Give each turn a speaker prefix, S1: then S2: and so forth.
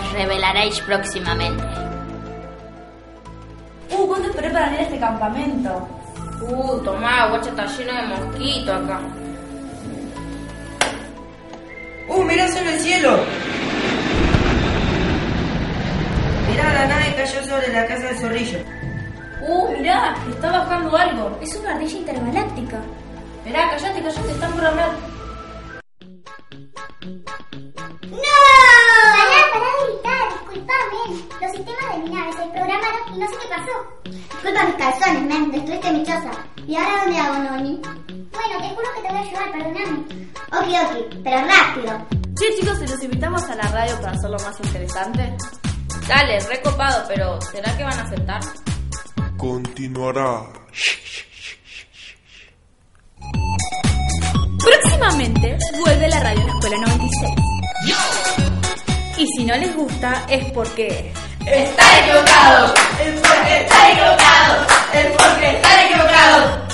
S1: escucharéis próximamente.
S2: Uh, ¿cuánto esperé para venir a este campamento?
S3: Uh, tomá, guacha, está lleno de mosquito acá.
S4: Uh, mirá sobre el cielo. Mirá, la nave cayó sobre la casa del zorrillo.
S2: Uh, mirá, está bajando algo.
S5: Es una ardilla intergaláctica.
S2: Mirá, callate, callate, están por hablar.
S5: Pará, pará de gritar, disculpame. Los sistemas de mi nave se programaron y no sé qué pasó. Disculpa mis calzones, men, destruiste mi choza. ¿Y ahora dónde hago, Noni? Bueno, te juro que te voy a ayudar, perdóname. Ok, ok, pero rápido.
S6: Che, chicos, ¿y los invitamos a la radio para hacerlo más interesante?
S3: Dale, recopado, pero ¿será que van a aceptar?
S7: Continuará.
S6: Próximamente vuelve la radio a la Escuela 96. Y si no les gusta es porque...
S4: Está equivocado. Es porque está equivocado. Es porque está equivocado.